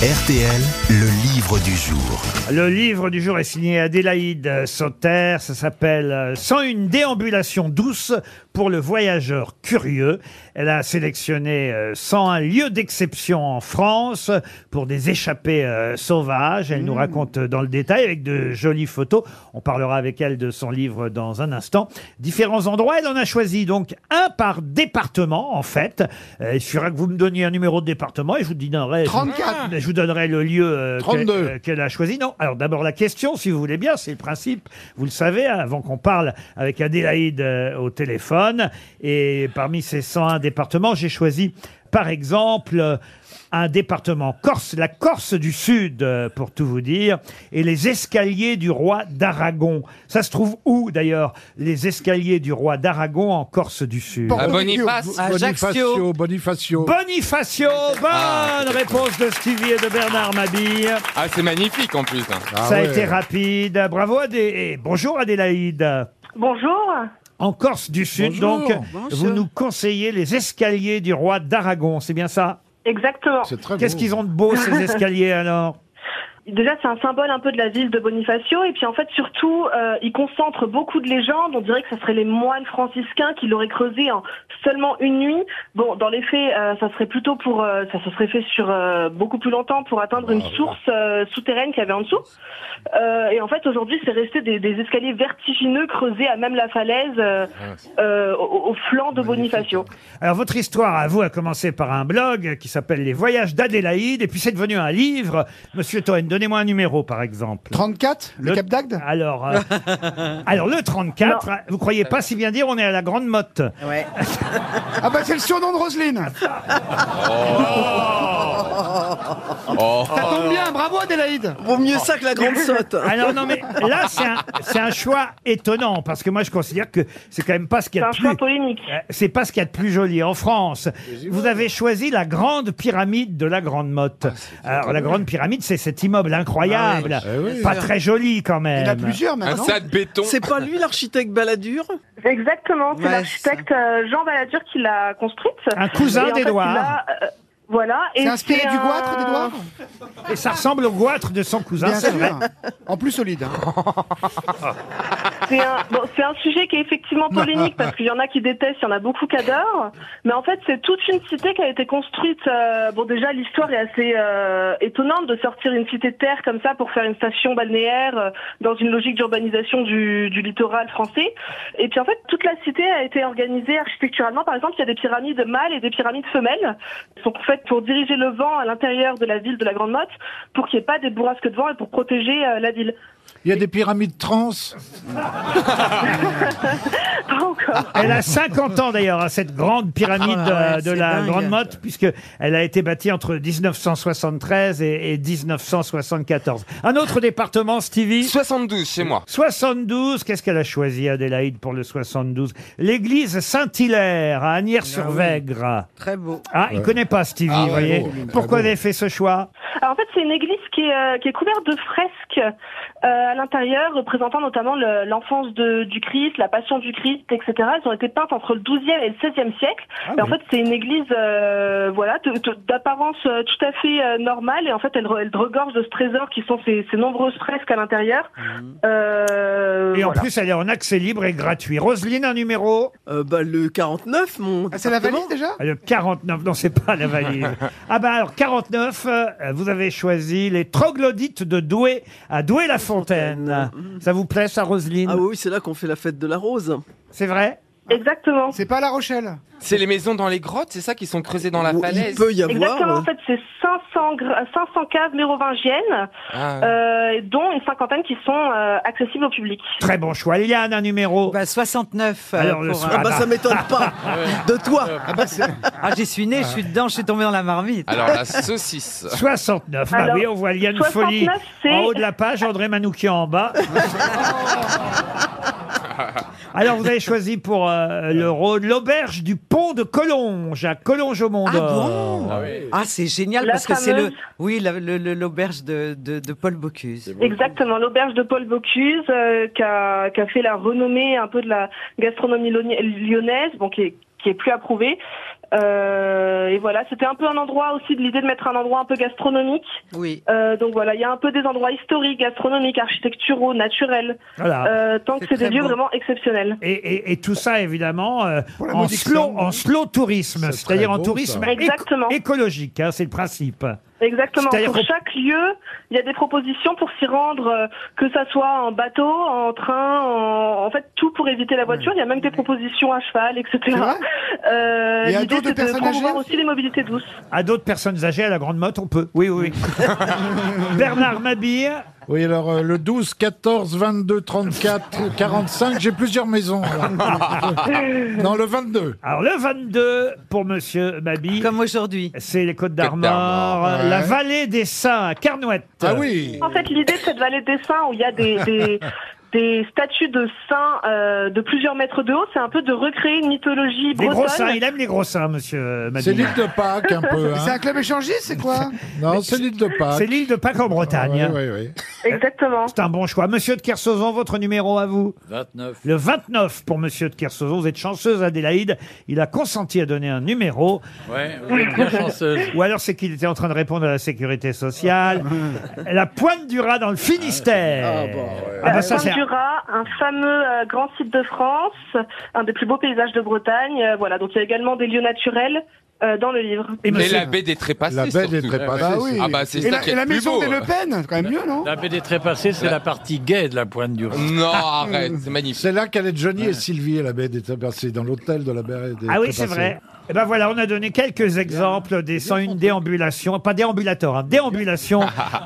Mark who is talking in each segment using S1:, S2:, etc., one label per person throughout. S1: RTL, le livre du jour.
S2: Le livre du jour est signé Adélaïde Sauter. Ça s'appelle euh, 101 déambulations douces pour le voyageur curieux. Elle a sélectionné euh, 101 lieux d'exception en France pour des échappées euh, sauvages. Elle nous raconte dans le détail avec de jolies photos. On parlera avec elle de son livre dans un instant. Différents endroits. Elle en a choisi donc un par département, en fait. Euh, Il suffira que vous me donniez un numéro de département et je vous donnerai.
S3: 34.
S2: Je vous donnerai le lieu euh, que-
S3: 32.
S2: euh, qu'elle a choisi. Non, alors d'abord la question, si vous voulez bien, c'est le principe, vous le savez, hein, avant qu'on parle avec Adélaïde euh, au téléphone. Et parmi ces 101 départements, j'ai choisi, par exemple, euh, un département Corse, la Corse du Sud, euh, pour tout vous dire, et les escaliers du roi d'Aragon. Ça se trouve où, d'ailleurs, les escaliers du roi d'Aragon en Corse du Sud
S3: Ah,
S4: À Boniface.
S3: Bonifacio, Bonifacio.
S2: Bonifacio, bonne réponse de Stevie et de Bernard Mabille.
S4: Ah, c'est magnifique en plus. hein.
S3: Ah
S2: Ça a
S3: ouais.
S2: été rapide. Bravo Adé et bonjour Adélaïde.
S5: Bonjour.
S2: En Corse du Sud,
S3: Bonjour.
S2: donc, vous nous conseillez les escaliers du roi d'Aragon, c'est bien ça
S3: Ah
S5: Exactement.
S3: C'est très
S2: Qu'est-ce
S3: beau.
S2: qu'ils ont de beau ces escaliers alors
S5: Déjà, c'est un symbole un peu de la ville de Bonifacio. Et puis, en fait, surtout, euh, il concentre beaucoup de légendes. On dirait que ce serait les moines franciscains qui l'auraient creusé en seulement une nuit. Bon, dans les faits, euh, ça serait plutôt pour... euh, ça se serait fait sur euh, beaucoup plus longtemps pour atteindre une source euh, souterraine qu'il y avait en dessous. Euh, et en fait, aujourd'hui, c'est resté des, des escaliers vertigineux creusés à même la falaise euh, euh, au, au flanc de Bonifacio.
S2: Alors votre histoire à vous a commencé par un blog qui s'appelle Les Voyages d'Adélaïde et puis c'est devenu un livre. Monsieur Toen, donnez-moi un numéro par exemple.
S3: 34 Le,
S2: Le-
S3: Cap d'Agde
S2: Alors, euh, alors le 34, vous croyez pas si bien dire, on est à la Grande Motte.
S3: Ah bah c'est le surnom de Roselyne
S4: Oh.
S3: Ça tombe bien, bravo Adélaïde
S6: Vaut mieux ça que la grande sotte.
S2: Alors non mais là c'est un, c'est un choix étonnant parce que moi je considère que c'est quand même pas ce qu'il y
S5: C'est
S2: a
S5: un
S2: de plus
S5: choix polémique.
S2: euh, c'est pas ce qu'il y a de plus joli en France. Vous avez choisi la grande pyramide de la Grande Motte. Alors la grande pyramide c'est cet immeuble incroyable,
S3: Ah oui, eh oui.
S2: pas très joli quand
S3: Il y
S2: même.
S3: en a plusieurs
S4: Un
S7: Ah,
S3: maintenant.
S4: sac de béton.
S6: C'est pas lui l'architecte Balladur
S5: Exactement, c'est
S6: Ouais,
S5: l'architecte euh, Jean Balladur qui l'a construite.
S2: Un cousin
S5: Et en fait,
S2: d'Édouard.
S5: il l'a, euh, Voilà. et
S3: C'est inspiré
S5: c'est
S3: du
S5: un-
S3: goitre d'Edouard
S2: Et ça ressemble au goitre de son cousin,
S3: Bien
S2: c'est vrai.
S3: sûr. En plus solide. hein.
S5: C'est un, bon, c'est un sujet qui est effectivement polémique parce qu'il y en a qui détestent, il y en a beaucoup qui adorent. Mais en fait, c'est toute une cité qui a été construite. euh, bon, déjà, l'histoire est assez euh, étonnante de sortir une cité de terre comme ça pour faire une station balnéaire euh, dans une logique d'urbanisation du, du littoral français. Et puis, en fait, toute la cité a été organisée architecturalement. Par exemple, il y a des pyramides mâles et des pyramides femelles. Elles sont faites pour diriger le vent à l'intérieur de la ville de la Grande Motte pour qu'il n'y ait pas des bourrasques de vent et pour protéger euh, la ville.
S3: Il y a des pyramides trans.
S5: Pas encore.
S2: Elle a 50 ans d'ailleurs, hein, cette grande pyramide
S6: Ah ouais,
S2: euh, de
S6: c'est
S2: la
S6: dingue.
S2: Grande Motte, puisque elle a été bâtie entre 1973 et, et 1974. Un autre département, Stevie
S4: 72 chez moi.
S2: 72, qu'est-ce qu'elle a choisi Adélaïde pour le 72 L'église Saint-Hilaire à Agnières-sur-Vègre. Ah,
S6: Très beau.
S2: il connaît pas Stevie,
S3: Ah
S2: vous
S3: ouais,
S2: voyez.
S3: beau, très
S2: Pourquoi
S3: beau.
S2: vous avez fait ce choix
S5: Alors, en fait, c'est une église qui est, euh, qui est couverte de fresques euh, à l'intérieur, représentant notamment le- l'enfance de- du Christ, la passion du Christ, etc. Elles ont été peintes entre le 12e et le 16e siècle. et en fait, c'est une église euh, voilà, de- de- d'apparence euh, tout à fait euh, normale. Et en fait, elle, re- elle regorge de ce trésor qui sont ces, ces nombreuses fresques à l'intérieur. Euh,
S2: Et en
S5: voilà.
S2: plus, elle est en accès libre et gratuit. Roselyne, un numéro
S6: Euh, bah, le 49, mon.
S3: Ah, c'est la valise déjà
S2: Le 49, non, c'est pas la valise. Ah bah alors, 49, euh, vous avez choisi les troglodytes de Douai, à Douai-la-Fontaine. Ça vous plaît, ça, Roselyne
S6: Ah oui, c'est là qu'on fait la fête de la rose.
S2: C'est vrai
S5: Exactement.
S3: C'est pas La Rochelle
S4: C'est les maisons dans les grottes, c'est ça qui sont creusées dans la
S6: Où
S4: falaise.
S6: Il peut y avoir.
S5: Exactement,
S6: euh,
S5: en fait, c'est 500, gra- 500 caves mérovingiennes,
S4: Ah.
S5: euh, dont une cinquantaine qui sont euh, accessibles au public.
S2: Très bon choix. Liane, un numéro
S8: Bah 69. euh,
S2: Alors, le
S8: pour,
S2: soir.
S8: euh,
S6: Ah bah ça m'étonne pas de toi.
S3: Ah bah c'est...
S8: ah, j'y suis né, je suis dedans, je suis tombé dans la marmite.
S4: Alors la saucisse.
S2: 69. bah
S5: Alors,
S2: oui, on voit Liane
S5: 69,
S2: Folie
S5: c'est-
S2: en haut de la page, André Manoukian en bas. Alors, vous avez choisi pour euh, le rôle l'auberge du pont de Collonges, à Collonges-au-Mont.
S8: Ah bon Ah c'est génial
S5: Eh La
S8: parce que c'est le
S5: fameuse-
S8: oui la- le- le- l'auberge de, de, de Paul Bocuse.
S5: Exactement, l'auberge de Paul Bocuse euh, qui, a, qui a fait la renommée un peu de la gastronomie loni- lyonnaise, bon, qui est, qui est plus approuvée. Euh, et voilà, c'était un peu un endroit aussi de l'idée de mettre un endroit un peu gastronomique.
S8: Oui.
S5: Euh, donc voilà, il y a un peu des endroits historiques, gastronomiques, architecturaux, naturels.
S2: Voilà.
S5: Euh, tant que
S8: C'est
S5: c'est des
S8: très
S5: lieux
S8: beau.
S5: vraiment exceptionnels.
S2: Et, et- et tout ça, évidemment, euh,
S3: Pour la
S2: en,
S3: modique
S2: slow,
S3: somme.
S2: en slow tourisme,
S7: C'est
S2: c'est-à-dire
S7: très
S2: en
S7: beau,
S2: tourisme
S5: ça.
S2: éco-
S5: Exactement.
S2: écologique, hein, c'est le principe.
S5: Exactement.
S2: C'est-à-dire
S5: Pour
S2: qu'on-
S5: chaque lieu, il y a des propositions pour s'y rendre, euh, que ça soit en bateau, en train, en, en fait tout pour éviter la voiture. Il y a même des propositions à cheval,
S3: C'est
S5: etc.
S3: vrai
S5: Euh,
S3: Il y a
S5: L'idée
S3: d'autres
S5: c'est de
S3: personnes âgées
S5: promouvoir aussi les mobilités douces.
S2: À d'autres personnes âgées, à la grande motte, on peut. Oui, oui, oui. Bernard Mabille,
S7: Oui, alors euh, le 12, 14, 22,
S3: 34, 45, j'ai plusieurs maisons. là. non, le 22.
S7: Ah
S2: alors le 22 pour Monsieur Mabille.
S8: Comme aujourd'hui.
S2: C'est les Côtes d'Armor,
S4: Côtes-d'Armor,
S2: la
S3: ouais.
S2: vallée des Saints, à Carnouette.
S7: Ah oui
S5: En fait, l'idée de cette vallée des saints où il y a des, des, des statues de saints euh, de plusieurs mètres de haut, c'est un peu de recréer une mythologie
S2: Les gros seins,
S5: bretonne.
S2: il aime les gros seins, monsieur euh,
S7: C'est
S2: Mabille.
S7: l'île de Pâques un peu.
S3: C'est
S7: Hein.
S3: un club échangiste, c'est quoi
S7: Non, c'est l'île de
S2: C'est
S7: Pâques.
S2: l'île de Pâques en Bretagne.
S7: Oui, oui, oui.
S5: Exactement.
S2: C'est un bon choix. Monsieur de Kersauzon, votre numéro à vous
S7: 29.
S2: Le 29 pour Monsieur de Kersauzon. Vous êtes chanceuse, Adélaïde. Il a consenti à donner un numéro.
S9: Ouais, vous êtes bien chanceuse.
S2: Ou alors c'est qu'il était en train de répondre à la sécurité sociale. la pointe du rat dans le Finistère.
S6: Ah, bah, ouais.
S2: Ah, bah,
S5: Euh,
S2: ça, c'est
S5: Pointe du Raz, un fameux euh, grand site de France, un des plus beaux paysages de Bretagne. euh, voilà, donc il y a également des lieux naturels euh, dans le livre.
S2: Et
S4: Et
S2: monsieur-
S4: la baie des trépassés.
S7: La baie des
S4: Ah, surtout.
S7: trépassés.
S3: Bah
S7: c'est-
S3: oui.
S4: Ah bah, c'est
S3: et
S4: ça
S3: la,
S4: qui est
S3: et la
S4: le plus
S3: maison
S4: beau,
S3: des
S4: ouais.
S3: Le Pen, c'est quand même mieux, non
S9: La baie des trépassés, c'est la partie gay de la pointe du Rhin.
S4: Non, arrête, c'est magnifique.
S7: C'est là qu'allaient Johnny et Sylvie à la baie des Trépassés, dans l'hôtel de la baie des
S2: Ah oui, c'est
S7: Trépassés.
S2: vrai. Eh ben voilà, on a donné quelques exemples des 101 déambulations, pas déambulateurs, hein, déambulations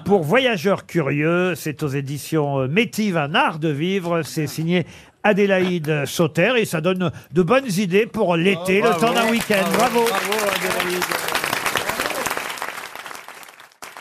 S2: pour voyageurs curieux. C'est aux éditions euh, Métive, un art de vivre. C'est signé Adélaïde Sauter et ça donne de bonnes idées pour l'été, le temps d'un week-end. Bravo.
S9: Bravo, Adélaïde.